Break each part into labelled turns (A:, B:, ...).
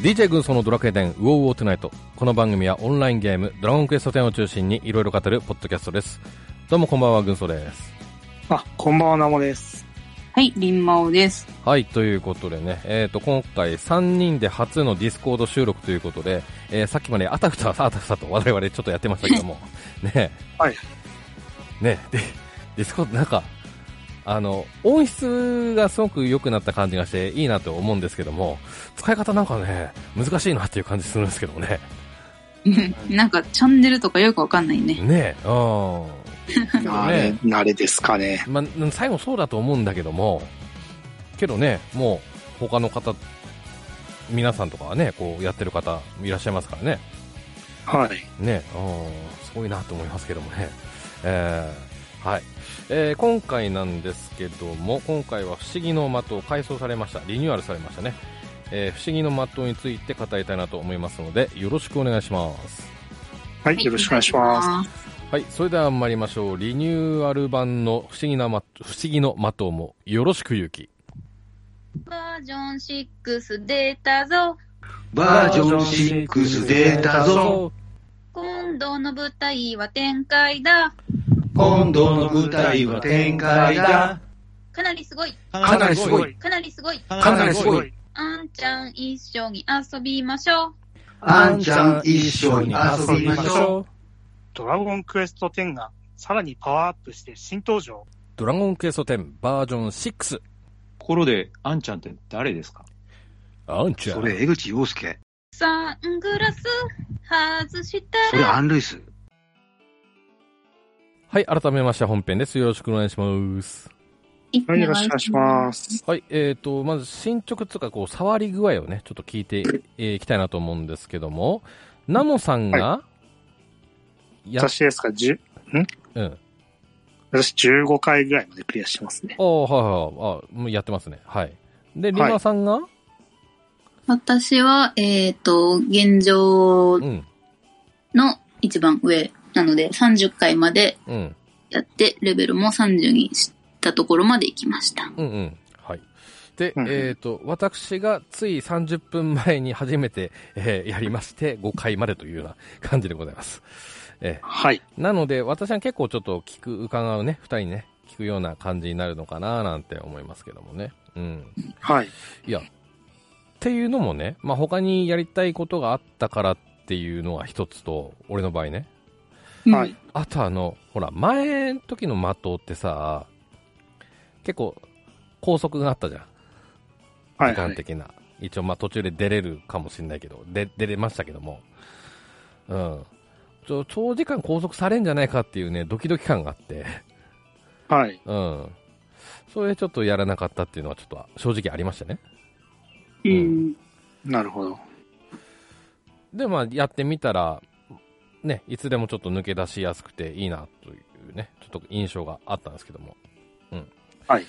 A: DJ 軍曹のドラクエ10ウォーウォートゥナイトこの番組はオンラインゲームドラゴンクエスト10を中心にいろいろ語るポッドキャストですどうもこんばんは軍曹です
B: あ、こんばんは、ナモです。
C: はい、リンマオです。
A: はい、ということでね、えっ、と、今回3人で初のディスコード収録ということで、えーさっきまであたふた、あたふたと我々ちょっとやってましたけど も、ね
B: はい。
A: ねで、ディスコードなんか、あの、音質がすごく良くなった感じがしていいなと思うんですけども、使い方なんかね、難しいなっていう感じするんですけどもね。
C: なんか、チャンネルとかよくわかんないね。
A: ねうん。
B: あれ、慣れですかね。
A: まあ、最後そうだと思うんだけども、けどね、もう他の方、皆さんとかはね、こうやってる方いらっしゃいますからね、
B: はい。
A: ね、うん、すごいなと思いますけどもね。えーはい。えー今回なんですけども、今回は不思議の的を改装されました。リニューアルされましたね。えー不思議の的について語りたいなと思いますので、よろしくお願いします。
B: はい、よろしくお願いします。
C: す。
A: はい、それでは参りましょう。リニューアル版の不思議なま、不思議の的もよろしくゆうき。
C: バージョン6出たぞ。
D: バージョン6出たぞ。
C: 今度の舞台は展開だ。
D: 今度の舞台は展開だ。
C: かなりすごい。
D: かなりすごい。
C: かなりすごい。
D: かなりすごい。
C: あんちゃん一緒に遊びましょう。
D: あんちゃん一緒に遊びましょう。
B: ドラゴンクエスト10がさらにパワーアップして新登場。
A: ドラゴンクエスト10バージョン6。
E: ところで、あんちゃんって誰ですか
A: あんちゃ
D: そ
A: ん。
D: れ、江口洋介。
C: サングラス外した
D: それ、
C: ら。
D: アン・ルイス。
A: はい、改めまして本編です。よろしくお願いします。
B: はい、よろしくお願いします。
A: はい、えーと、まず進捗つうか、こう、触り具合をね、ちょっと聞いてい、えーいきたいなと思うんですけども、ナモさんが、や
B: 私ですか、10、
A: うん。
B: 私15回ぐらいまでクリアしてますね。
A: ああ、はいはいはい。あもうやってますね。はい。で、リマさんが、
C: 私は、えっ、と、現状
A: うん、
C: の一番上なので、30回まで
A: うん、
C: やって、レベルも30にしたところまで行きました。
A: うん、うん。はい。で、
B: うんうん
A: えーと、私がつい30分前に初めて、えーやりまして、5回までというような感じでございます。えー
B: はい。
A: なので、私は結構ちょっと聞く、伺うね、二人ね、聞くような感じになるのかななんて思いますけどもね。うん。
B: はい。
A: いや、っていうのもね、まあ、他にやりたいことがあったからっていうのが一つと、俺の場合ね。
B: はい
C: うん。
A: あとあの、ほら、前の時の的ってさ、結構、高速があったじゃん。
B: は
A: 時
B: い。
A: 間的な。一応、まあ途中で出れるかもしれないけど、で、出れましたけども。うん。ちょ長時間拘束されんじゃないかっていうね、ドキドキ感があって。
B: はい。
A: うん。それちょっとやらなかったっていうのはちょっと正直ありましたね。
C: うん。
B: なるほど。
A: で、まあやってみたら、ね、いつでもちょっと抜け出しやすくていいなというね、ちょっと印象があったんですけども。うん。
B: はい。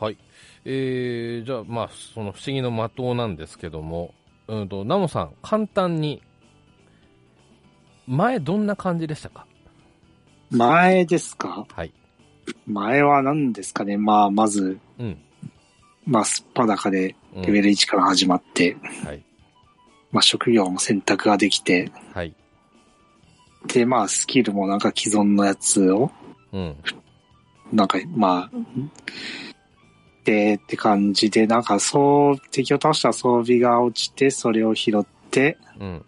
A: はい。えー、じゃあまあその不思議の的なんですけども、うんと、ナモさん、簡単に、前どんな感じでしたか
B: 前ですか
A: はい。
B: 前は何ですかね。まあ、まず、
A: うん。
B: まあ、すっぱだかで
A: うん
B: レベル1から始まって、
A: はい。
B: まあ、職業も選択ができて、
A: はい。
B: で、まあ、スキルもなんか既存のやつを、
A: うん。
B: なんか、まあ、で、って感じで、なんか、そう、敵を倒した装備が落ちて、それを拾って、
A: うん。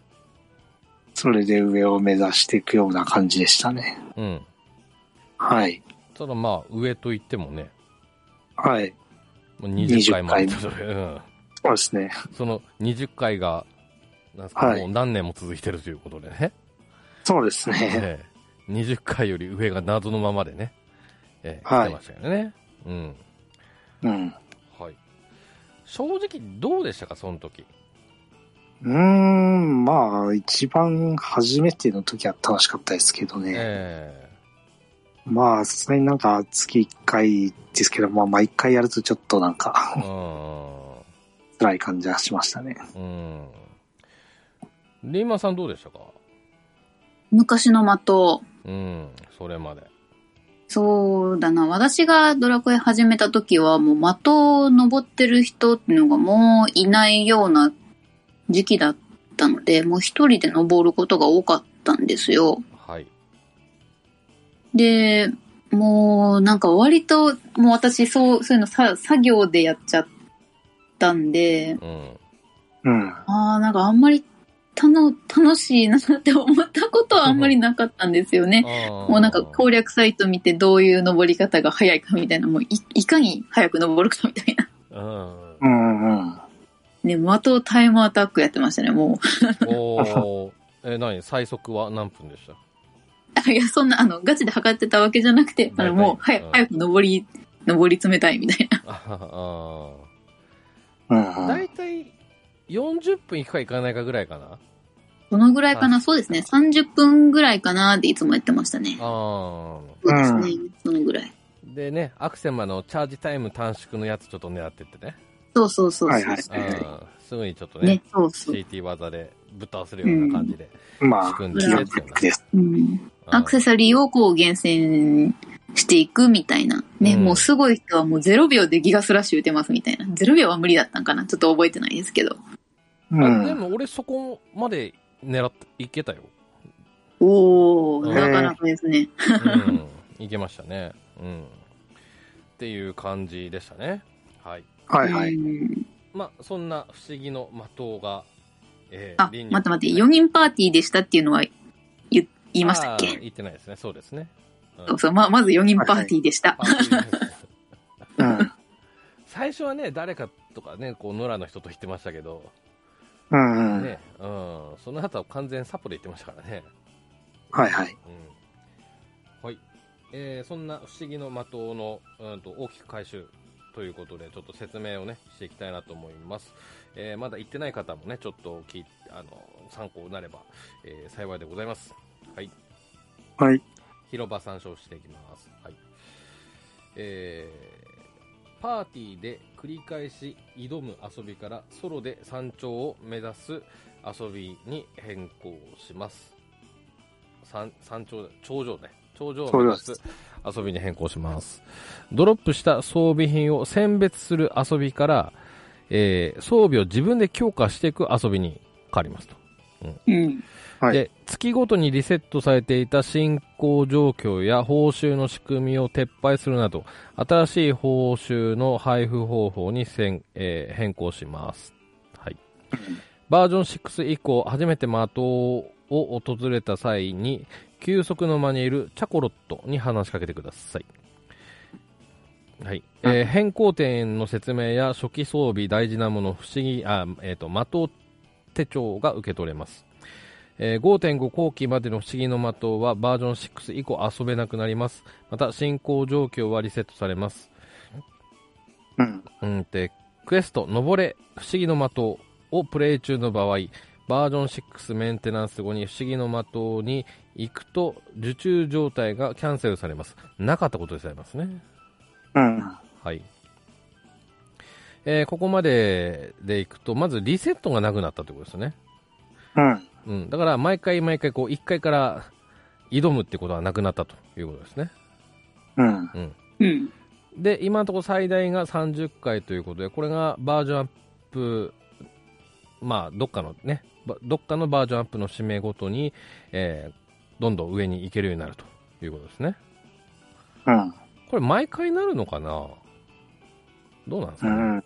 B: それで上を目指していくような感じでしたね。
A: うん。
B: はい。
A: ただまあ上といってもね、
B: はい。
A: もう20回もあった
B: 20
A: と いううん。
B: そうですね。
A: その20回が、なんですか、
B: はい
A: もう何年も続いてるということでね。
B: そうですね。
A: ええ20回より上が謎のままでね、ええ
B: は
A: 来
B: い
A: てましたよね。うん。
B: うん。
A: はい。正直どうでしたか、その時。
B: うーん、まあ、一番初めての時は楽しかったですけどね。
A: え
B: まあ、さすがになんか、月1回ですけど、まあ、毎回やるとちょっとなん
A: え
B: か、辛い感じはしましたね。
A: うん。うん。リーマンさんどうでしたか
C: 昔の的。
A: うん、それまで。
C: そうだな。私がドラクエ始めた時は、もう的を登ってる人っていうのがもういないような時期だったので、もう一人で登ることが多かったんですよ。
A: はい。
C: で、もうなんか割と、もう私そう、そういうのさ作業でやっちゃったんで、
A: うん。
B: うん。
C: ああ、なんかあんまりたの楽しいなって思ったことはあんまりなかったんですよね。もうなんか攻
A: れ。
C: 略サイト見てどういう登り方が早いかみたいな、もういいかに早く登るかみたい な。
A: うん。
B: うんうん。
C: ね、的をタイムアタックやってましたね、も
A: おー。え、何最速は何分でした
C: う。い や、そんな、あの、ガチで測ってたわけじゃなくて、あの、も
A: は
C: う、はいい、早く登り、登り詰めたいみたいな。
A: あはは
B: うん
A: あー
B: うん。
A: 大体40分いくかいかないかぐらいかな。
C: そのぐらいか
A: あ
C: な、そうですね。30分ぐらいかなっていつもやってましたね。
A: あー
C: そうですね、そのぐらい。
A: でね、アクセマのチャージタイム短縮のやつちょっと狙ってってね。
C: そうそうそうそう。
B: はいはい
A: あーすぐにちょっとね
C: ね、、そうそう。
A: CT 技でぶっ倒せるような感じで
B: ま
A: 仕
B: あ、
A: 組んで
B: 気
A: るや
B: 力
A: つよね
B: です。
C: うん。
A: うん
C: アクセサリーをこう厳選していくみたいな。ね、
A: うん
C: もうすごい人はもう0秒でギガスラッシュ打てますみたいな。0秒は無理だったんかなちょっと覚えてないですけど。
B: う
A: あで
B: ん。
A: も俺そこまで狙っていけたよ。
C: お
A: うん
C: ー、なかなかですね。
A: うん、いけましたね。うん。っていう感じでしたね。はい。
B: はいは
C: う
B: い。
C: ん
A: まあ、そんな不思議の的が、えー
C: あ、待
A: 輪
C: っ
A: に
C: て待って、4人パーティーでしたっていうのは言言いましたっ
A: あー
C: け
A: 言ってないですね。そうですね。うん
C: そうそう、ま、まず4人パーティーでした。
A: パーティーです
B: うん。
A: 最初はね、誰かとかね、こう、野良の人と言ってましたけど、
B: うんうん。
A: ね、うん、その後は完全サポで言ってましたからね。
B: はいはい。
A: うん。はい。えーそんな不思議の的の、うん、と大きく回収ということで、ちょっと説明をね、していきたいなと思います。えーまだ行ってない方もね、ちょっと聞いあの、参考になれば、えー幸いでございます。はい。
B: はい。
A: 広場参照していきます。はい。えーパーティーで繰り返し挑む遊びからソロで山頂を目指す遊びに変更します。山山頂、頂上ね。頂上を目指す遊びに変更します。ドロップした装備品を選別する遊びから、えー装備を自分で強化していく遊びに変わりますと。
C: うん。
B: はい
A: で、月ごとにリセットされていた進行状況や報酬の仕組みを撤廃するなど、新しい報酬の配布方法にせん、えー変更します。はい。バージョン6以降、初めて的を訪れた際に、休息の間にいるチャコロットに話しかけてください。はい。えー変更点の説明や初期装備、大事なもの、不思議、あ、えっ、と、的手帳が受け取れます。えー5.5後期までの不思議の的はバージョン6以降遊べなくなります。また進行状況はリセットされます。
B: うん。
A: うんて、クエスト、登れ、不思議の的をプレイ中の場合、バージョン6メンテナンス後に不思議の的に行くと受注状態がキャンセルされます。なかったことにされますね。
B: うん。
A: はい。えーここまでで行くと、まずリセットがなくなったということですよね。
B: うん。
A: うん、だから毎回毎回こう1回から挑むってことはなくなったということですね。
B: うん。
C: うん。
A: で、今のところ最大が30回ということで、これがバージョンアップ、まあ、どっかのね、ばどっかのバージョンアップの指名ごとに、えーどんどん上に行けるようになるということですね。
B: うん。
A: これ毎回なるのかなどうなんです
B: う
A: かね。
B: ん。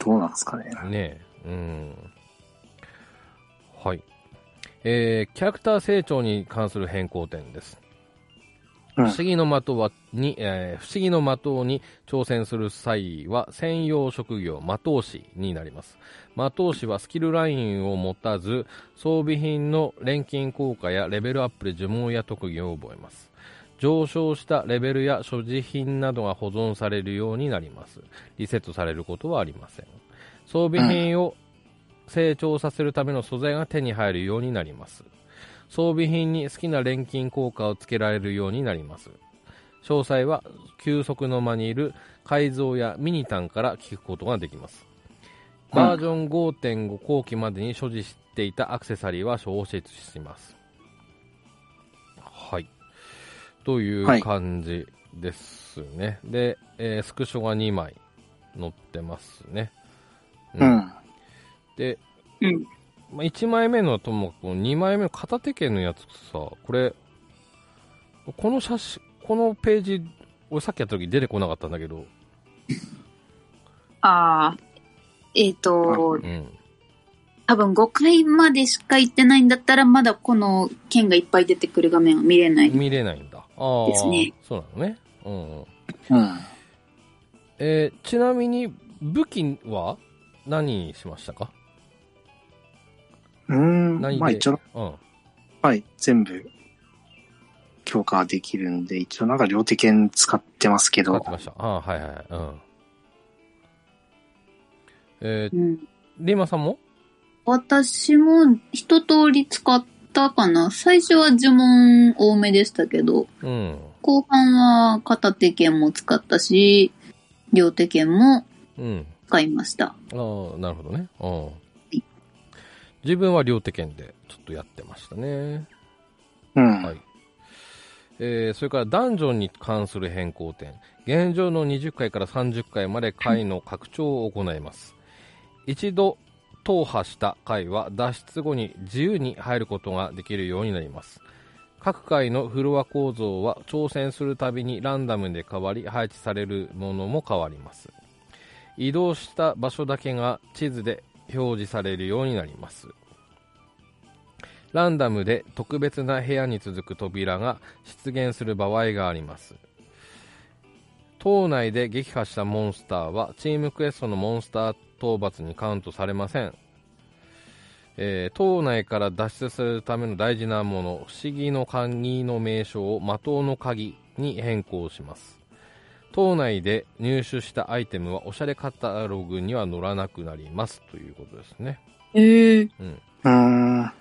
B: どうなんですかね。
A: ねえ、うん。はい。えーキャラクター成長に関する変更点です。
B: うん
A: 不思議の的は、に、えー不思議の的に挑戦する際は、専用職業、的押しになります。的押しはスキルラインを持たず、装備品の錬金効果やレベルアップで呪文や特技を覚えます。上昇したレベルや所持品などが保存されるようになります。リセットされることはありません。装備品を成長させるための素材が手に入るようになります。装備品に好きな錬金効果をつけられるようになります。詳細は休息の間にいる改造やミニタンから聞くことができます。
B: はい
A: バージョン5.5後期までに所持していたアクセサリーは消失します。はい。とい
B: は
A: う
B: い
A: 感じですね。で、えースクショが2枚載ってますね。
B: うん。
A: で、
C: うん。
A: まあ、1枚目のともかく2枚目の片手剣のやつさこれこの写真このページ俺さっきやった時出てこなかったんだけど、
C: ああ、えっ、と
B: は、
A: うん、
C: 多分5回までしか行ってないんだったら、まだこの剣がいっぱい出てくる画面は見れない。
A: 見れないんだああ、
C: ですね
A: そうなのね、うんうん
B: うん。
A: えーちなみに武器は何にしましたか
B: うーん
A: 何で、
B: まあ一応、
A: うん
B: はい、全部、強化できるんで、一応なんか両手剣使ってますけ
A: 使っ
B: ど
A: て、ましたあーはいはいはいうんえー
C: うん、
A: リーマンさんも
C: 私も一通り使ったかな。最初は呪文多めでしたけど、
A: うん
C: 後半は片手剣も使ったし、両手剣も
A: うん
C: 使いました。
A: ああ、なるほどね。うん。自分は両手剣でちょっとやってましたね。
B: うん。
A: はい。えー、それからダンジョンに関する変更点。現状の20回から30回まで回の拡張を行います。一度踏破した回は脱出後に自由に入ることができるようになります。各回のフロア構造は挑戦するたびにランダムで変わり配置されるものも変わります。移動した場所だけが地図で表示されるようになります。ランダムで特別な部屋に続く扉が出現する場合があります。島内で撃破したモンスターはチームクエストのモンスター討伐にカウントされません。えー島内から脱出するための大事なもの、不思議の鍵の名称を魔党の鍵に変更します。島内で入手したアイテムはおしゃれカタログには載らなくなりますということですね。
C: ええ
A: うん。
B: うーん。あ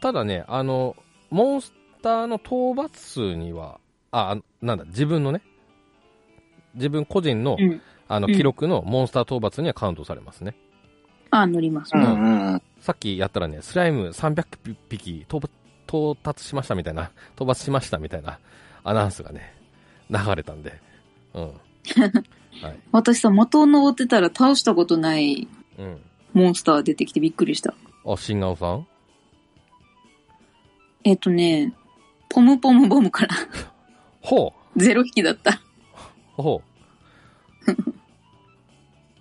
A: ただね、あの、モンスターの討伐数には、あ、あなんだ、自分のね、自分個人の、
C: うん。
A: あの、
C: うん
A: 記録のモンスター討伐にはカウントされますね。
C: あ、乗ります
B: う
C: ね。
B: んうん。
A: さっきやったらね、スライム300匹討伐到達しましたみたいな、 討伐しましたみたいなアナウンスがね、流れたんで、うん。はい。
C: 私さ、的を登ってたら倒したことない
A: うん。
C: モンスター出てきてびっくりした。
A: あ、新顔さん
C: えっ、とね、ポムポムボムから
A: ほう
C: ゼロ匹だった。
A: ほう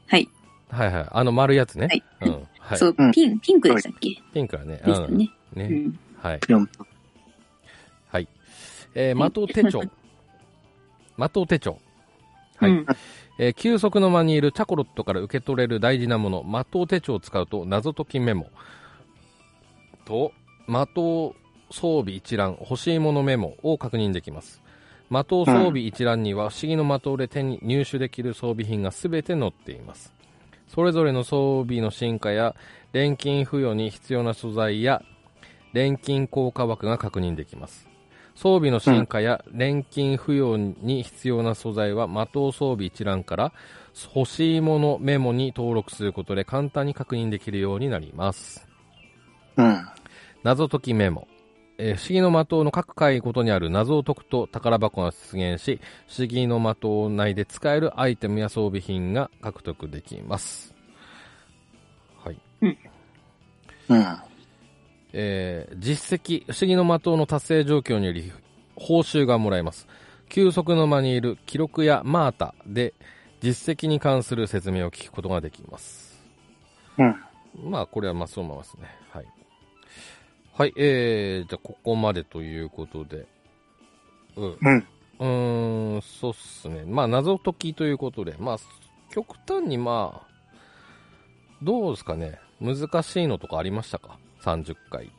C: はい。
A: はいはい。あの丸いやつね。
C: はい
A: うん。はい。
C: そう
B: うん、
C: ピン、ピンクでしたっけ、
A: ピンクはね。
C: でしたね。
A: うん。ね。
C: うん。
A: はい。
B: ぴょんと。
A: はい。え
C: は
A: ー、
C: い
A: 的手帳。的手帳。はい
C: うん
A: えー休息の間にいるチャコロットから受け取れる大事なもの、的手帳を使うと謎解きメモと、的装備一覧、欲しいものメモを確認できます。的装備一覧には不思議の的で手に入手できる装備品が全て載っています。それぞれの装備の進化や、錬金付与に必要な素材や、錬金効果枠が確認できます。装備の進化や錬金付与に必要な素材は的装備一覧から欲しいものメモに登録することで簡単に確認できるようになります。
B: うん。
A: 謎解きメモ。えー不思議の的の各回ごとにある謎を解くと宝箱が出現し、不思議の的内で使えるアイテムや装備品が獲得できます。はい。
B: うん。
A: えー実績、不思議の的の達成状況により報酬がもらえます。休息の間にいる記録やマータで実績に関する説明を聞くことができます。
B: うん。
A: まあ、これはまあそのままですね。はい。はい、えー、じゃあここまでということで。うん。
B: うん。
A: うーん、そうっすね。まあ、謎解きということで、まあ、極端にまあ、どうですかね。難しいのとかありましたか ?30 回。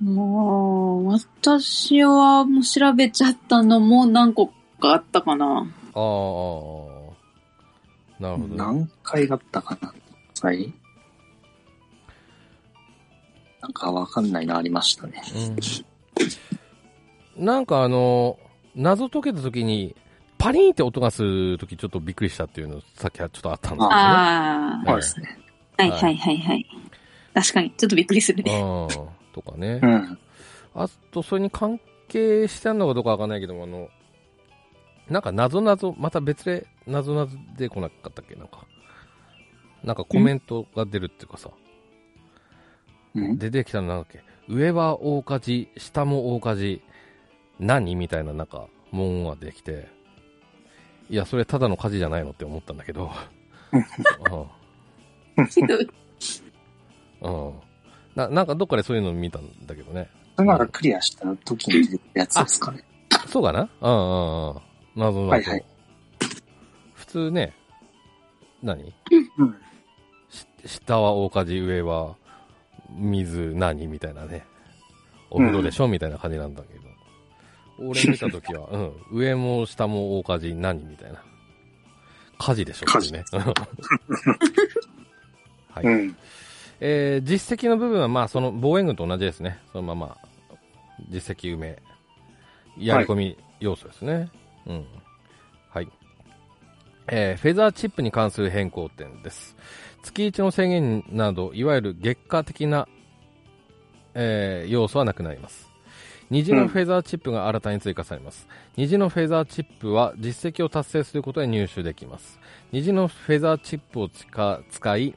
C: もう、私はもう調べちゃったのも何個かあったかな。
A: あーあー、なるほど、ね。
B: 何回だったかなはい。なんかわかんないのありましたね。
A: うん、なんかあの、謎解けた時に、パリーンって音がする時ちょっとびっくりしたっていうの、さっきはちょっとあったんですよね。
C: あ
A: は
B: そ
A: いう
B: ですね。
C: あ、は
A: はい
C: いはいはいはい。確かに、ちょっとびっくりする ね。
A: うんとかね。
B: うん。
A: あと、それに関係してんのかどうかわかんないけども、あの、なんか、謎ぞまた別で、謎ぞで来なかったっけなんか。なんかコメントが出るっていうかさ、
B: うん
A: 出てきたのなんだっけ、上は大火事、下も大火事、何みたいななんか文ができて、いや、それただの火事じゃないのって思ったんだけど、
C: ひどい。
A: うん、うんな。なんかどっかでそういうの見たんだけどね。
B: それなんかクリアした時に出てくるやつですかね。
A: そうかなうんうんうん。謎々。
B: はいはい
A: 普通ね、何
B: うん。
A: し下は大火事、上は水何みたいなね。お風呂でしょ、みたいな感じなんだけど。俺見たとき は、うん。上も下も大火事何みたいな。火事でしょっていうね。 はい。
B: うん。
A: えー実績の部分は、まあ、その防衛軍と同じですね。そのまま、実績埋め、やり込み要素ですね。うん。はい。えーフェザーチップに関する変更点です。月1の制限など、いわゆる月下的な、えー要素はなくなります。虹のフェザーチップが新たに追加されます。虹のフェザーチップは実績を達成することで入手できます。虹のフェザーチップを使使い、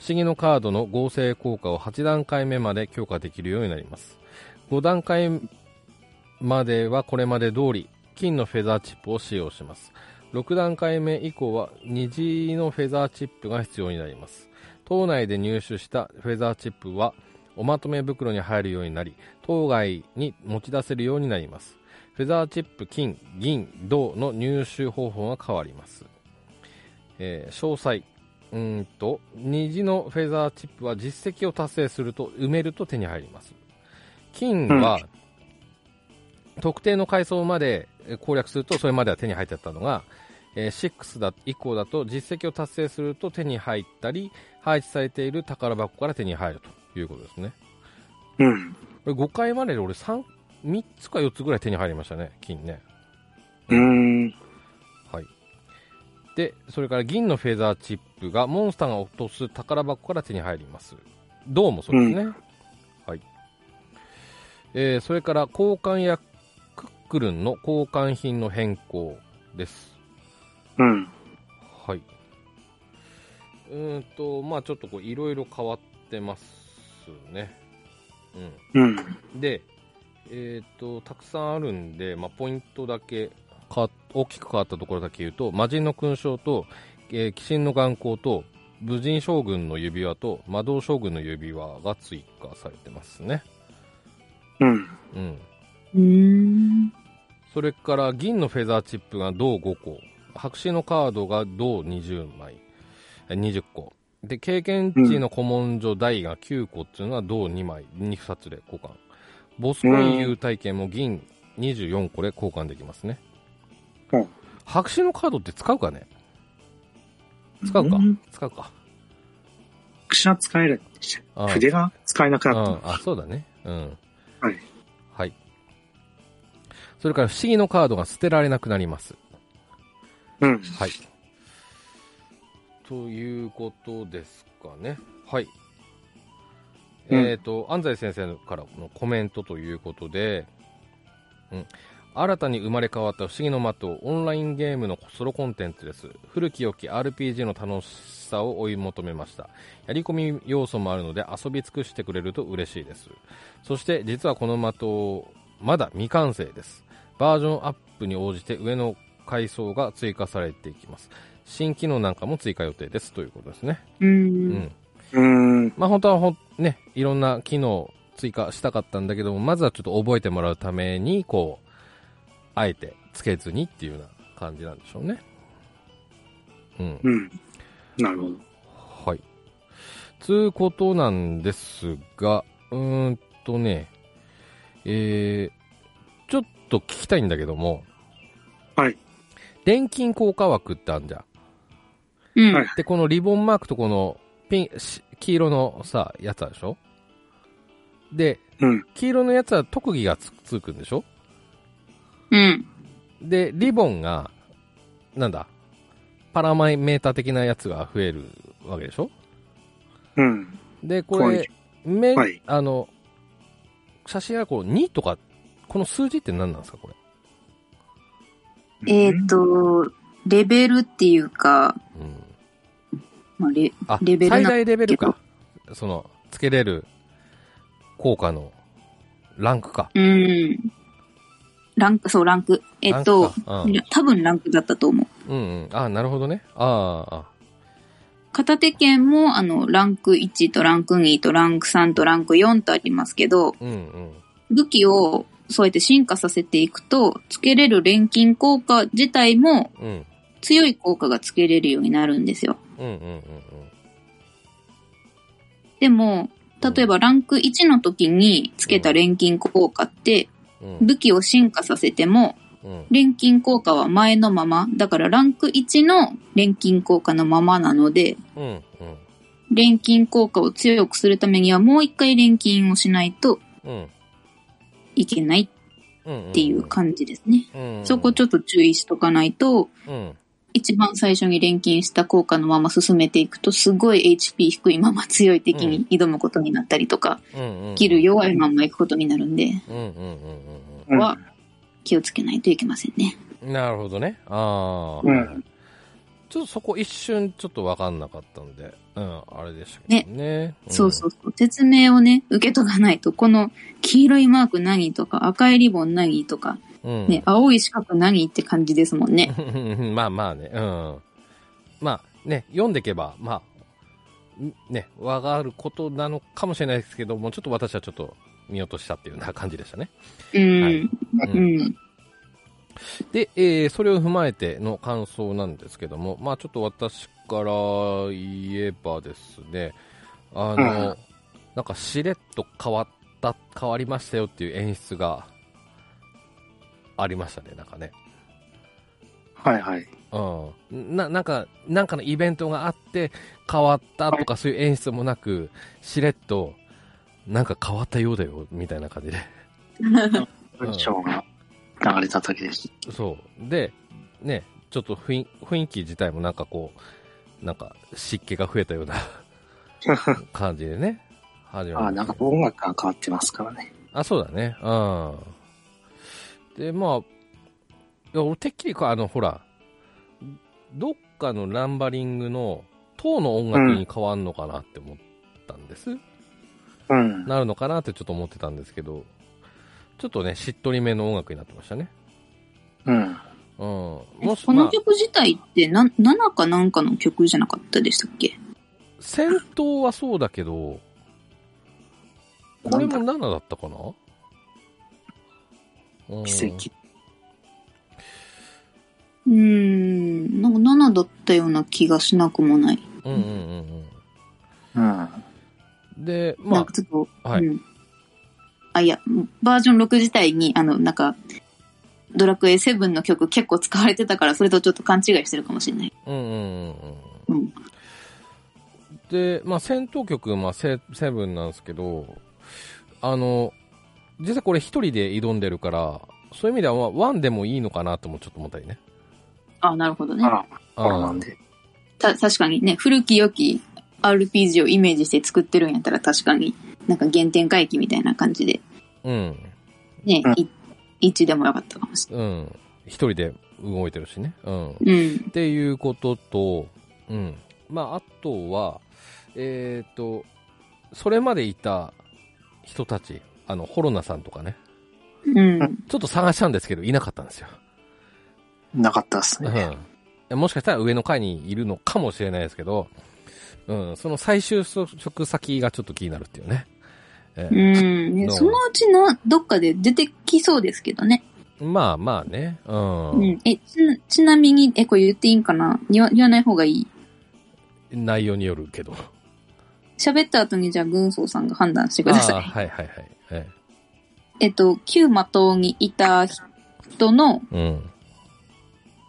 A: 不思議のカードの合成効果を8段階目まで強化できるようになります。5段階まではこれまで通り、金のフェザーチップを使用します。6段階目以降は虹のフェザーチップが必要になります。島内で入手したフェザーチップは、おまとめ袋に入るようになり、島外に持ち出せるようになります。フェザーチップ、金、銀、銅の入手方法が変わります。えー詳細。うーんと、虹のフェザーチップは実績を達成すると、埋めると手に入ります。金は、特定の階層までえー攻略すると、それまでは手に入ってたのが、えー6だ以降だと実績を達成すると手に入ったり、配置されている宝箱から手に入るということですね。
B: うん。
A: これ5回までで俺3、3つか4つぐらい手に入りましたね、金ね。
B: うん。
A: はい。で、それから銀のフェザーチップがモンスターが落とす宝箱から手に入ります。銅もそうですね。はい。えー、それから交換やクックルンの交換品の変更です。
B: うん。
A: はい。うーんと、まあちょっとこう、いろいろ変わってますね。うん。
B: うん。
A: で、えっ、と、たくさんあるんで、まあ、ポイントだけか、大きく変わったところだけ言うと、魔人の勲章と、えー鬼神の眼光と、武人将軍の指輪と、魔道将軍の指輪が追加されてますね。
B: うん。
A: うん。
C: うーん。
A: それから、銀のフェザーチップが銅5個、白紙のカードが銅20枚、えー20個。で、経験値の古文書台が9個っていうのは銅2枚、2、2つで交換。ボスコイ優体験も銀24個で交換できますね。
B: うん
A: 白紙のカードって使うかね使うか、
B: ん
A: 使うか。
B: 口は使える。
A: あー
B: 筆が使えなくなった。
A: うん、あ、そうだね。うん。
B: はい。
A: はい。それから、不思議のカードが捨てられなくなります。
B: うん。
A: はい。ということですかね。はい。
B: うん
A: えっ、と、安西先生からのコメントということで、うん。新たに生まれ変わった不思議の的、オンラインゲームのソロコンテンツです。古き良き RPG の楽しさを追い求めました。やり込み要素もあるので遊び尽くしてくれると嬉しいです。そして実はこの的、まだ未完成です。バージョンアップに応じて上の階層が追加されていきます。新機能なんかも追加予定ですということですね。
C: う。
A: うんん。
B: うん。
A: まあ本当はほん、ね、いろんな機能を追加したかったんだけども、まずはちょっと覚えてもらうために、こう、あえてつけずにっていうような感じなんでしょうね。うん。
B: うん。なるほど。
A: はい。つうことなんですが、うーんとね、えー、ちょっと聞きたいんだけども、
B: はい。
A: 錬金効果枠ってあるじゃん。
C: うん。
B: はい
A: で、このリボンマークとこのピン、し黄色のさ、やつあるでしょで、
B: うん。
A: 黄色のやつは特技がつつくんでしょ
C: うん。
A: で、リボンが、なんだ、パラマイメーター的なやつが増えるわけでしょ
B: うん。
A: で、こ
B: は
A: れ
B: い、
A: め、
B: はい
A: あの、写真がこう2とか、この数字って何なんですか、これ。
C: えっ、と、レベルっていうか、
A: うん。
C: まあ、レ
A: あ、
C: レベルな
A: 最大レベルか。その、つけれる効果のランクか。
C: うん。ランク、そう、ランク。えっと、
A: ランクか
C: 多分ランクだったと思う。
A: うん、うんうん。あ、なるほどね。あーあ、
C: 片手剣も、あの、ランク1とランク2とランク3とランク4とありますけど、
A: うんうん。
C: 武器をそうやって進化させていくと、つけれる錬金効果自体も
A: うん。
C: 強い効果がつけれるようになるんですよ。
A: うんうんうん
C: でも、例えばランク1の時につけた錬金効果って、
A: うん。うん。
C: 武器を進化させても、
A: うん。
C: 錬金効果は前のまま、だからランク1の錬金効果のままなので、
A: うんうん。
C: 錬金効果を強くするためにはもう一回錬金をしないと
A: うん。
C: いけない
A: うん。
C: っていう感じですね。
A: うん。
C: そこちょっと注意しとかないと、
A: うん。
C: 一番最初に錬金した効果のまま進めていくと、すごい HP 低いまま強い敵に挑むことになったりとか、
A: うん。うん。
C: ギル。弱いまま行くことになるんで、
A: うんうんうん
B: う
C: は
B: ん。
C: 気をつけないといけませんね。
A: うん。なるほどね。ああ。
B: うん
A: ちょっとそこ一瞬ちょっとわかんなかったんで、うん、あれでしたけどね。ん
C: そうそうそう。説明をね、受けとかないと、この黄色いマーク何とか、赤いリボン何とか、
A: うん。
C: ね、青い四角何って感じですもんね。
A: うん まあまあね、うん。まあね、読んでいけば、まあ、んね、わかることなのかもしれないですけども、ちょっと私はちょっと見落としたっていうような感じでしたね。
C: うん。
A: はい
C: うんん。
A: で、えーそれを踏まえての感想なんですけども、まあちょっと私から言えばですね、あの、
B: う
A: なんかしれっと変わった、変わりましたよっていう演出がありましたね、なんかね。
B: はいはい。
A: うん、ななんか、なんかのイベントがあって、変わったとかそういう演出もなく、しれっと、なんか変わったようだよ、みたいな感じで。 うん
B: 文章が流れただけです。
A: そう。で、ね、ちょっと雰囲雰囲気自体もなんかこう、なんか湿気が増えたような 感じでね。始
B: あ
A: ま
B: あ、
A: りま
B: な
A: した
B: んか
A: けど
B: 音楽が変わってますからね。
A: あ、そうだね。うん。で、まあ、いや俺てっきりこう、あの、ほら、どっかのランバリングの、塔の音楽に変わんのかなって思ったんです。
B: うん。
A: なるのかなってちょっと思ってたんですけど、ちょっとね、しっとりめの音楽になってましたね。
B: うん。
A: うん。もし、
C: こ
A: ま
C: の
A: あ、
C: 曲自体って、な、7かなんかの曲じゃなかったでしたっけ
A: 戦闘はそうだけど、これも7だったかなうん
B: 奇跡。
C: うーん。なんか7だったような気がしなくもない。
A: うんうんうん
B: うん。
A: うん。で、
C: な
A: ま
C: んかちょっと、
A: あ、はい。
C: うん。あ、いや、バージョン6自体に、あの、なんか、ドラクエ7の曲結構使われてたから、それとちょっと勘違いしてるかもしれない。
A: うんうんうんう
C: うんん。
A: で、まあ、戦闘曲、まあ、セセブンなんですけど、あの、実際これ一人で挑んでるから、そういう意味では、まあワンでもいいのかなともちょっと思ったりね。
C: あ、なるほどね
B: あ。ら、
A: あ
B: そうなんで。
C: た、確かにね、古き良き RPG をイメージして作ってるんやったら確かに、なんか原点回帰みたいな感じで、
A: うん。
C: ね
B: うん、
C: い一でもよかったかもし
A: うん。一人で動いてるしね。うん。
C: れない。うん
A: っ。ていうことと、うん。まあ、あとは、えっ、と、それまでいた人たち、あの、ホロナさんとかね、
C: うん。
A: ちょっと探したんですけど、いなかったんですよ。
B: なかったです
A: う
B: ね。
A: ん。もしかしたら上の階にいるのかもしれないですけど、うん、その最終職先がちょっと気になるっていうね。え
C: う
A: ー
C: ん。ね
A: どう
C: そのうちな、どっかで出てきそうですけどね。
A: まあまあね、うん。
C: うん。え、ちな、ちなみに、え、これ言っていいんかな言わ言わない方がいい。
A: 内容によるけど。
C: 喋った後にじゃあ、軍曹さんが判断してくだ
A: あ
C: さ
A: あ
C: い。
A: はいはいはい。え
C: えっと、旧魔党にいた人の
A: えうん。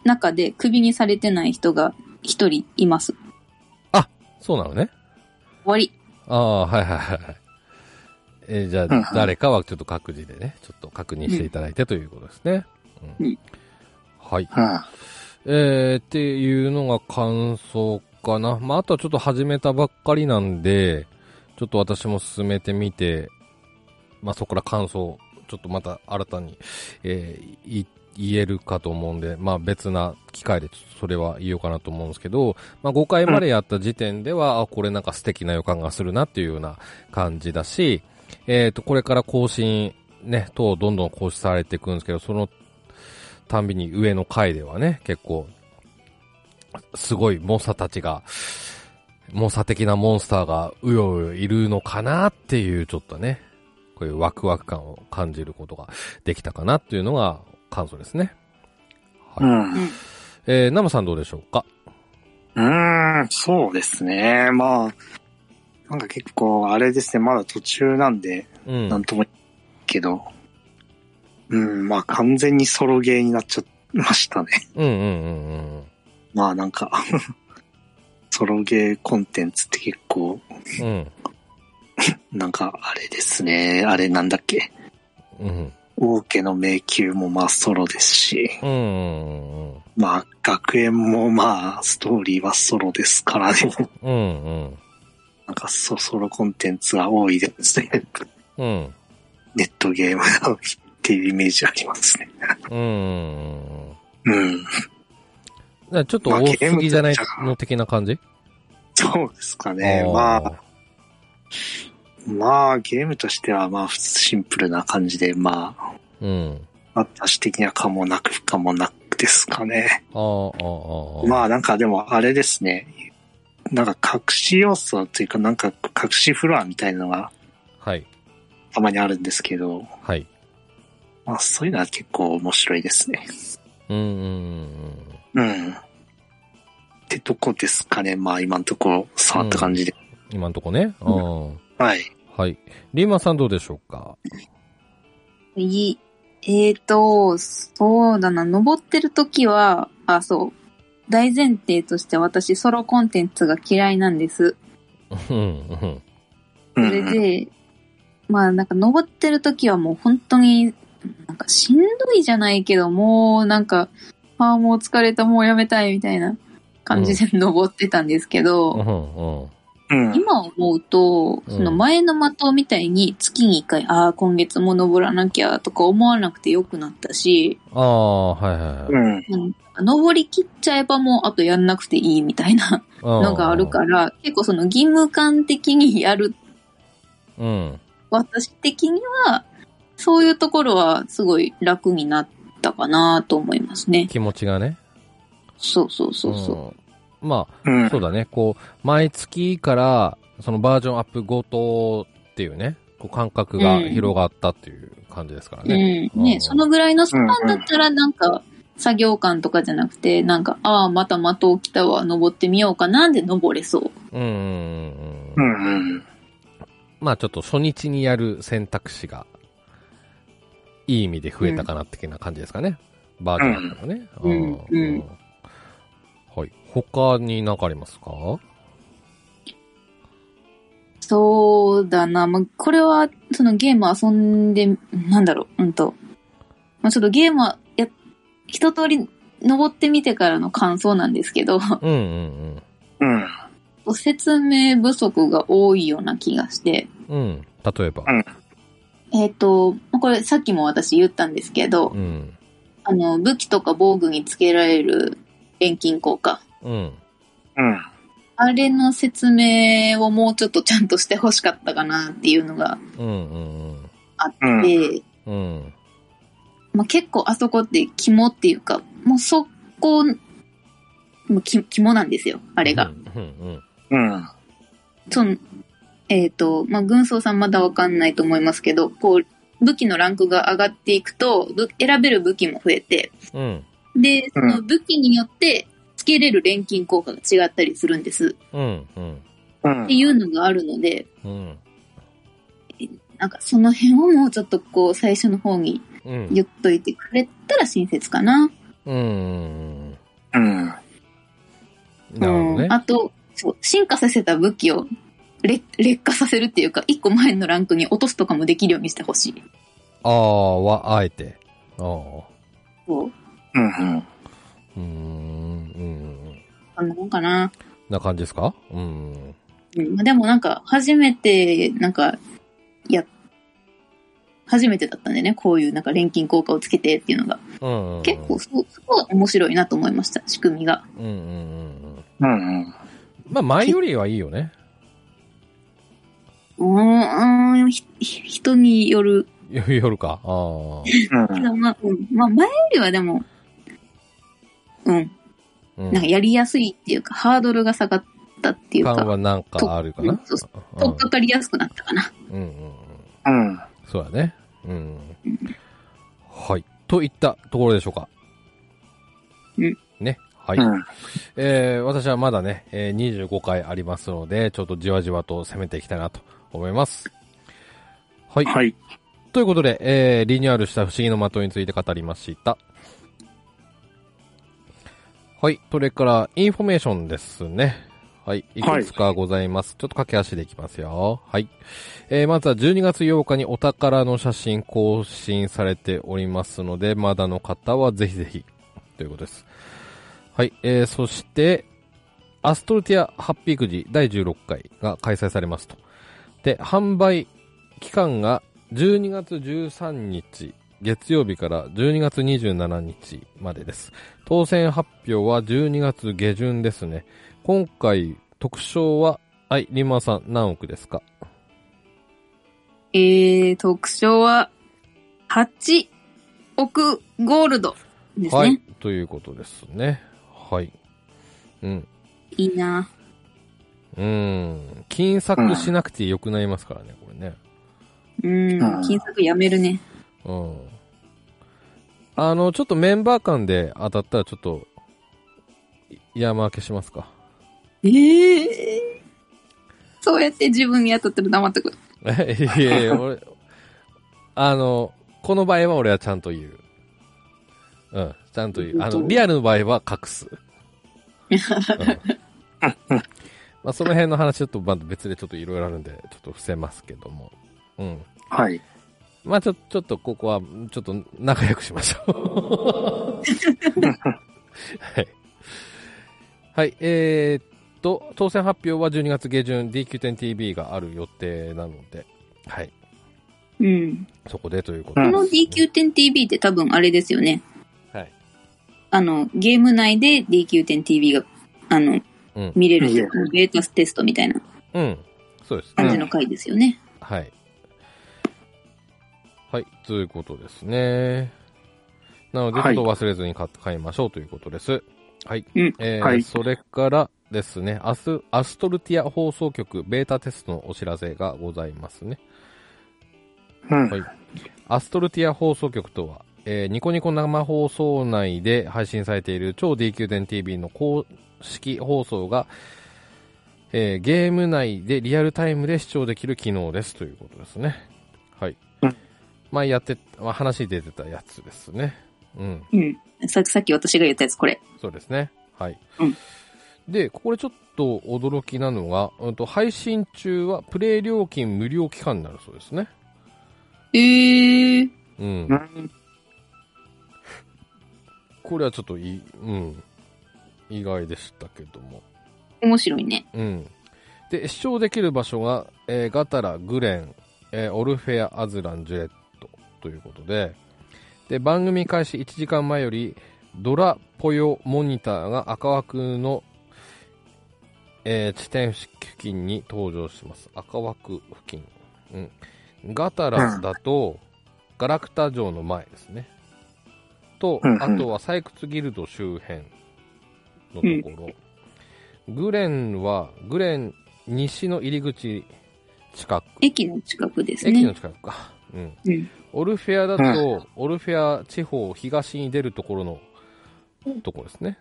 C: 中で、クビにされてない人が一人います。終
A: そうなのね。
C: わり。
A: ああ、はいはいはいはい。えーじゃ
B: んうん
A: あ、誰かはちょっと各自でね、ちょっと確認していただいてということですね。うん
C: うん
A: はい。
B: うん。
A: えー、っていうのが感想かな。まあ、あとはちょっと始めたばっかりなんで、ちょっと私も進めてみて、まあ、そこから感想、ちょっとまた新たに、えー、い言えるかと思うんで、まあ別な機会でちょっとそれは言おうかなと思うんですけど、まあ5回までやった時点では、あ、これなんか素敵な予感がするなっていうような感じだし、えっ、と、これから更新、ね、等どんどん更新されていくんですけど、そのたんびに上の回ではね、結構、すごい猛者たちが、猛者的なモンスターがうようよいるのかなっていう、ちょっとね、こういうワクワク感を感じることができたかなっていうのが感想ですね。は
B: う
A: い。
B: ん。
A: えー、ナムさんどうでしょうか
B: うーん、そうですね。まあ、なんか結構、あれですね、まだ途中なんで、
A: うん。
B: なんとも言えんけど、うん、まあ完全にソロゲーになっちゃいましたね。
A: うんうんうんうん
B: まあなんか、 ソロゲーコンテンツって結構、
A: うん。
B: なんかあれですね、あれなんだっけ、
A: うん。うん。
B: 王家の迷宮もまあソロですし、
A: うんうんうん
B: まあ学園もまあストーリーはソロですからね。
A: うん。うんうん。
B: なんかソソロコンテンツが多いですね。
A: うん。
B: ネットゲームがっていうイメージありますね。
A: うんうんうん。
B: うん。
A: だからちょっと多すぎじゃないの的な感じ
B: そうですかね。まあ、。まあ、ゲームとしては、まあ、普通シンプルな感じで、まあ、
A: ーうん。
B: 私的には可もなく不可もなくですかね。
A: あーあー、ああ。
B: まあ、なんかでも、あれですね。なんか、隠し要素というか、なんか、隠しフロアみたいなのが
A: あ。はい。
B: たまにあるんですけど、
A: はい。
B: まあ、そういうのは結構面白いですね。
A: うんうんうん
B: うん。ってとこですかね。まあ、今のところ、触った感じで。
A: 今んとこね。
B: う
A: うん。
B: はい。
A: はい。リーマンさんどうでしょうか
C: いえっ、と、そうだな、登ってる時は、あ、そう。大前提として私、ソロコンテンツが嫌いなんです。
A: うんうん。
B: う
C: そ
B: ん
C: れで、まあなんか登ってる時はもう本当に、なんかしんどいじゃないけど、もうなんか、ああ、もう疲れた、もうやめたいみたいな感じで登ってたんですけど、
A: うんうん。
B: うん。
C: 今思うと、
A: うん
C: その前の的みたいに月に一回、ああ、今月も登らなきゃとか思わなくてよくなったし、
A: ああ、はいはいはい。
B: うん。
C: うん登り切っちゃえばもうあとやんなくていいみたいなの
A: の
C: があるか。ら、結構その義務感的にやる、
A: うん。
C: 私的には、そういうところはすごい楽になったかなと思いますね。
A: 気持ちがね。
C: そうそうそうそう。
A: うん。ま
B: う
A: あ、
B: ん
A: そうだね。こう、毎月から、そのバージョンアップごとっていうね、こう感覚が広がったっていう感じですから
C: うん。
A: ね。
C: ね、
A: うん
C: そのぐらいのスパンだったらなんか、作業感とかじゃなくて、なんか、ああ、また的を来たわ、登ってみようかな、で登れそう。
A: うんうん
B: う
A: うん。
B: ん。うん。
A: まあちょっと初日にやる選択肢が、いい意味で増えたかな的な感じですかね。バージョンアップもね。
C: うん
A: あー
C: うん
A: うんはい。他に何かありますか
C: そうだな。まあ、これは、そのゲーム遊んで、なんだろう、うんと。まあ、ちょっとゲームは、や、一通り登ってみてからの感想なんですけど、
A: うんうん
B: うん。
C: 説明不足が多いような気がして。
A: うん。うん。例えば。
C: えっ、と、まあこれさっきも私言ったんですけど
A: う、ん。
C: あの、武器とか防具につけられる遠近効果。
A: うん。
B: うん。
C: あれの説明をもうちょっとちゃんとしてほしかったかなっていうのが
A: うんうん
B: うん。
C: で、
A: うん。うん。
C: まあ、結構あそこって肝っていうか、もうそこ、もうき肝なんですよ、あ
A: あ
C: れが。
A: うん
B: うん。
C: その、えっ、と、まあ、軍曹さんまだわかんないと思いますけど、こう、武器のランクが上がっていくと、ぶ選べる武器も増えて、
A: うん。うん。
C: で、そ
B: うん
C: の武器によって、つけれる錬金効果が違ったりするんです。
A: うんうん。
B: うん
C: っていうのがあるので、
A: うん。
C: なんかその辺をもうちょっとこう、最初の方に
A: うん。
C: 言っといてくれたら親切かな。
A: うんうん
B: うん。
A: うん。なるほどね
C: うん。あと、そう、進化させた武器を劣劣化させるっていうか、一個前のランクに落とすとかもできるようにしてほしい。
A: ああは、あえて。ああ。
C: そう。
B: うん。
A: うーん。うん。
C: あんなもんかな。
A: な感じですかうん。
C: うん。でもなんか、初めて、なんか、や、初めてだったんでね、こういうなんか錬金効果をつけてっていうのが。
A: うんうん、
C: 結構、そう、すごい面白いなと思いました、仕組みが。
A: うんうんうんうん
B: うんうん。
A: まあ前よりはいいよね
C: うーん、ひひ人による。
A: 夜かああ
B: うん
C: けどまあ、うん。まあ、前よりはでも、うん。
A: うん
C: なんかやりやすいっていうか、ハードルが下がったっていう
A: 感
C: か、
A: はなんかあるかな
C: ととっかかりやすくなったかな。
A: うんうんうんうん
B: うん。
A: そうだねうんはいといったところでしょうか
C: うん
A: ねはい、
B: うん。
A: えー私はまだね、えー25回ありますので、ちょっとじわじわと攻めていきたいなと思います。はい。
B: はい。
A: ということで、えーリニューアルした不思議の的について語りました。はい。それから、インフォメーションですね。はい。いくつかございます。ちょっと駆け足でいきますよ。はい。えーまずは12月8日にお宝の写真更新されておりますので、まだの方はぜひぜひ、ということです。はい。えーそして、アストルティアハッピーくじ第16回が開催されますと。で、販売期間が12月13日月曜日から12月27日までです。当選発表は12月下旬ですね。今回特賞は、はい、リンマーさん何億ですか
C: えー、特徴は、8億ゴールドですね。
A: はいい、、ということですね。はい。うん。
C: いな。
A: うーん。金策しなくて良くなりますからね、これね。
C: うん
B: うん、
C: 金策やめるね。
A: うん。あの、ちょっとメンバー間で当たったらちょっと、い山分けしますか。
C: ええそうやって自分に当たってる黙っとく。
A: え、 いやいや、俺、あの、この場合は俺はちゃんと言う。うん、ちゃんと言う。あの、リアルの場合は隠す。うんまあ、その辺の話ちょっとまた別でちょっといろいろあるんで、ちょっと伏せますけども。うん。
B: はい。
A: まあ、ちょ、ちょっとここは、ちょっと仲良くしましょう。はい。はい、えーっと、当選発表は12月下旬 DQ10TV がある予定なので、はい。
C: うん。
A: そこでということ
C: こ
A: です、
C: の DQ10TV って多分あれですよね。
A: はい。
C: あの、ゲーム内で DQ10TV が、あの、
A: うん
C: 見れる
B: いや
C: ベータテストみたいな
A: うん。そうですね。
C: 感じの回ですよね。
A: はい。はい、ということですね。なので、ちょ
B: は
A: っ
B: い
A: と忘れずに買って買いましょうということです。はい。
C: うん
A: えー
B: はい
A: それからですね、明日、アストルティア放送局ベータテストのお知らせがございますね。
B: うん。
A: はいアストルティア放送局とは、えーニコニコ生放送内で配信されている超 DQ 電 TV の公式放送が、えーゲーム内でリアルタイムで視聴できる機能ですということですね。はい
B: うん。
A: 前やって、まあ、話に出てたやつですね。うん。
C: うん。ささっき私が言ったやつ、これ。
A: そうですね。はい。
C: うん
A: で、ここでちょっと驚きなのが、うんと、配信中はプレイ料金無料期間になるそうですね。
C: ええ
A: うん
B: う。ん
A: これはちょっといい、うん、意外でしたけども。
C: 面白いね。
A: うん。で、視聴できる場所が、えーガタラ、グレン、えーオルフェア、アズラン、ジュレットということで、で、番組開始1時間前より、ドラポヨモニターが赤枠の、えー地点付近に登場します。赤枠付近。うん。ガタラだと、ガラクタ城の前ですね。と、
B: うんうん
A: あとは採掘ギルド周辺のところ。グレンは、グレン西の入り口近く。
C: 駅の近くです
A: 駅の
C: ね。
A: 近くか。うん。
C: うん。
A: オルフェアだと、オルフェア地方東に出るところのところですね。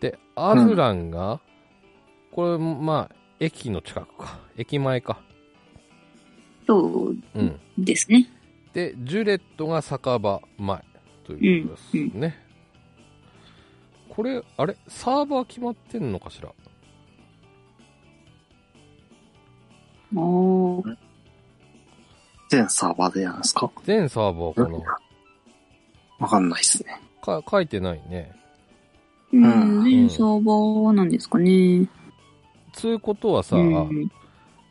A: で、アズランが、これ、まあ、駅の近くか。駅前か。
C: そう
A: うん。
C: ですね。
A: で、ジュレットが酒場前ということですね。これ、あれサーバー決まってんのかしら
C: おー
B: 全サーバーでやるんですか
A: 全サーバーかな
B: わかんないっすね。
A: か書いてないね。
C: うん、連鎖バーなんですかね。
A: つうことはさ、
C: うん、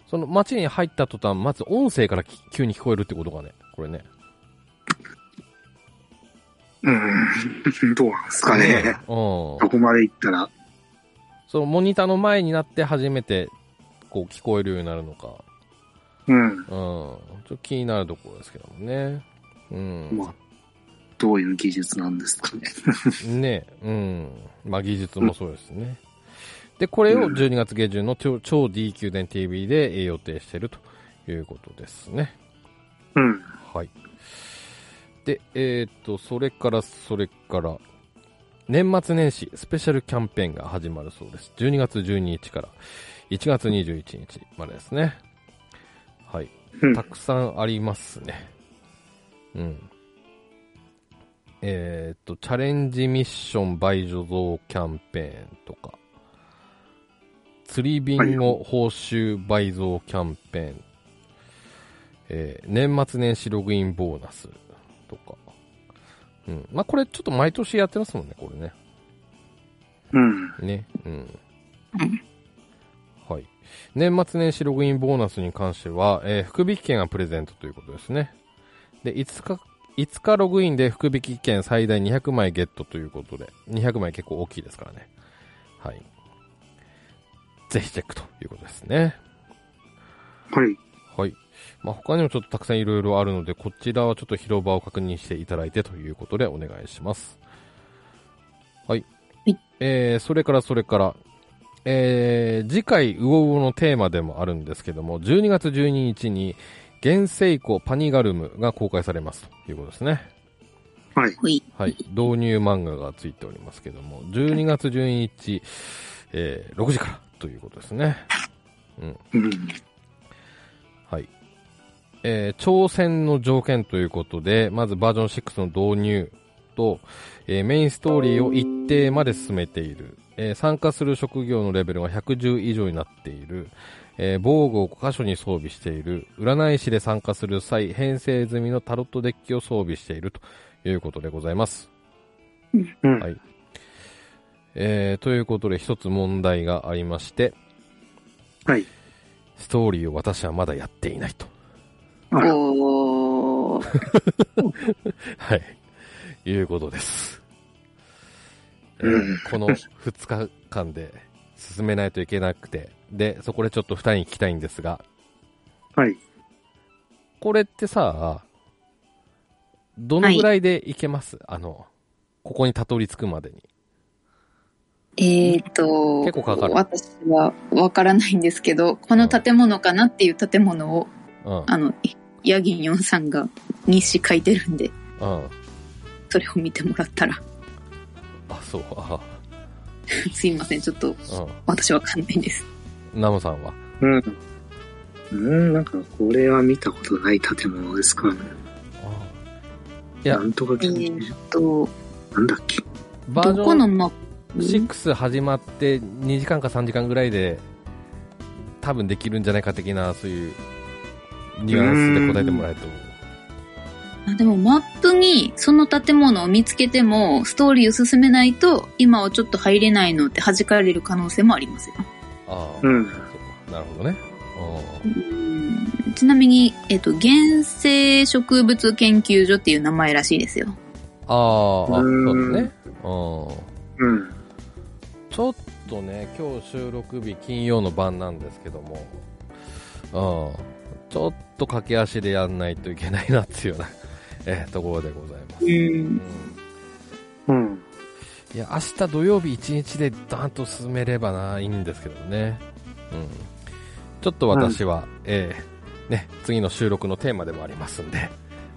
A: その街に入った途端、まず音声からき急に聞こえるってことがね、これね。
B: うん。どうなんですかね。
A: う
B: ど
A: ん。
B: こまで行ったら。
A: そのモニターの前になって初めて、こう聞こえるようになるのか。
B: うん。
A: うん。ちょっと気になるところですけどもね。うん。
B: まあ、どういう技術なんですかね。
A: ねうん。まあ技術もそうですね。で、これを12月下旬の超超 D 級電 TV でえー予定してるということですね。
B: うん。
A: はい。で、えーっと、それから、それから、年末年始スペシャルキャンペーンが始まるそうです。12月12日から1月21日までですね。はい。
B: うん
A: たくさんありますね。うん。えーっと、チャレンジミッション倍助増キャンペーンとか、釣りビンゴ報酬倍増キャンペーン、えー年末年始ログインボーナスとか、うん。まあ、これちょっと毎年やってますもんね、これね。
B: うん。
A: ね。うん。
C: うん
A: はい。年末年始ログインボーナスに関しては、えー福引券がプレゼントということですね。で、5日、5日ログインで福引券最大200枚ゲットということで、200枚結構大きいですからね。はい。ぜひチェックということですね。
B: はい。
A: はい。まあ、他にもちょっとたくさんいろいろあるので、こちらはちょっと広場を確認していただいてということでお願いします。はい。
C: はい
A: えー、それからそれから、えー、次回、うおうおのテーマでもあるんですけども、12月12日に、原生湖パニガルムが公開されますということですね。
B: はい。
C: ほい。
A: はい。導入漫画がついておりますけども、12月12日、えー、6時からということですね。
B: うん。
A: はい。えー挑戦の条件ということで、まずバージョン6の導入と、えーメインストーリーを一定まで進めている、えー参加する職業のレベルが110以上になっている、えー防具を5箇所に装備している、占い師で参加する際、編成済みのタロットデッキを装備しているということでございます。
B: うん。
A: はいえーということで一つ問題がありまして、
B: はい。
A: ストーリーを私はまだやっていないと。
B: あら
C: おー。
A: はい。いうことです。え
B: うん
A: ーこの2日間で進めないといけなくて、で、そこでちょっと2人に聞きたいんですが、
B: はい。
A: これってさ、どのぐらいでいけます、あの、ここにたどり着くまでに。
C: えっ、と、
A: 結構かかる
C: 私はわからないんですけど、この建物かなっていう建物を、
A: うん。
C: あの、ヤギンヨンさんが日誌書いてるんで、
A: うん。
C: それを見てもらったら、
A: あ、そう。あ
C: すいません、ちょっと
A: う
C: 私わかんないです。
A: ん。ナムさんは。
B: うん。うん、なんか、これは見たことない建物ですからね。
A: あいや
B: なんとか
C: え
B: 建
C: ー
B: 物、
C: っと、
B: なんだっけ。
A: バージ
C: どこ
A: ョ
C: の
A: ン
C: マップ
A: 6始まって2時間か3時間ぐらいで、多分できるんじゃないか的な、そういうニュアンスで答えてもらえると思う。
C: あでもマップにその建物を見つけてもストーリーを進めないと今はちょっと入れないのって弾かれる可能性もありますよ。
A: ああ、
B: うん
A: そうかなるほどね。
C: うんちなみに、えっ、と、原生植物研究所っていう名前らしいですよ。
A: ああー、あ
B: うん
A: そうですね。うん
B: うん。
A: ちょっとね、今日収録日金曜の晩なんですけども、うんちょっと駆け足でやんないといけないなっていうような、えーところでございます。
C: うん
B: うん。
A: いや、明日土曜日一日でダーンと進めればな、いいんですけどね。うん。ちょっと私は、えーね、次の収録のテーマでもありますんで、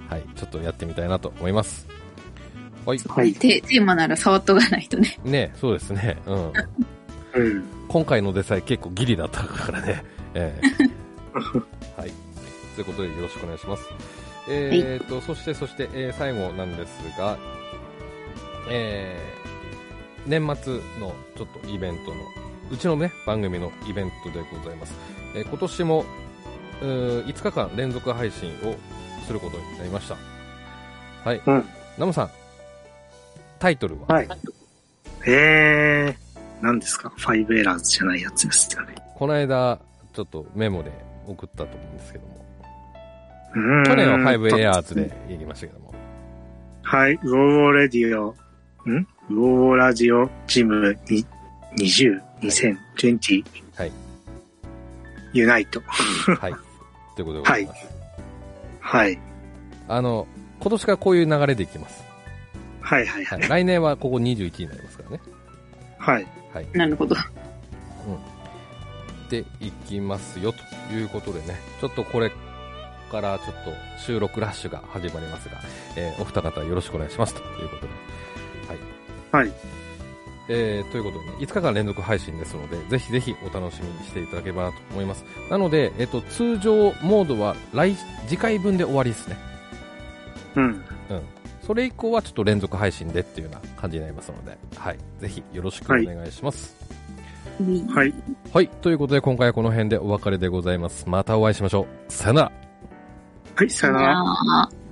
A: はい、ちょっとやってみたいなと思います。はい。
B: はい。
C: テテーマなら触っとかないとね。
A: ね、そうですね。うん。
B: うん。
A: 今回のでさえ結構ギリだったからね。ええはい。ということでよろしくお願いします。えー、と、そして、そして、えー最後なんですが、えー年末のちょっとイベントの、うちのね、番組のイベントでございます。えー今年も、うー5日間連続配信をすることになりました。はい。
B: うん
A: ナムさん、タイトルは、
B: はい。えー、何ですかファイブエラーズじゃないやつですよね。
A: この間、ちょっとメモで送ったと思うんですけども。
F: うん
A: 去年は5エアーズでやりましたけども。
F: はい、ウォーウォーレディオ、んウォーウォーラジオジムに20、2020、
A: はい。
F: ユナイト。
A: はい。ということでございます。
F: はい、
A: あの、今年からこういう流れでいきます。
F: はい、はい、は
A: はいい。。来年はここ21になりますからね。
F: はい、
A: はい。
C: なるほど。
A: でいきますよということでね、ちょっとこれからちょっと収録ラッシュが始まりますが、えーお二方よろしくお願いしますということで。はい。
F: はい。
A: えーということでね、5日間連続配信ですので、ぜひぜひお楽しみにしていただければなと思います。なので、えっ、と、通常モードは来、次回分で終わりですね。
F: うん。
A: それ以降はちょっと連続配信でっていうような感じになりますので、はい。ぜひよろしくお願いします。
F: はい。
A: はい。ということで、今回はこの辺でお別れでございます。またお会いしましょう。さよなら。
F: はい、さよなら。
C: あー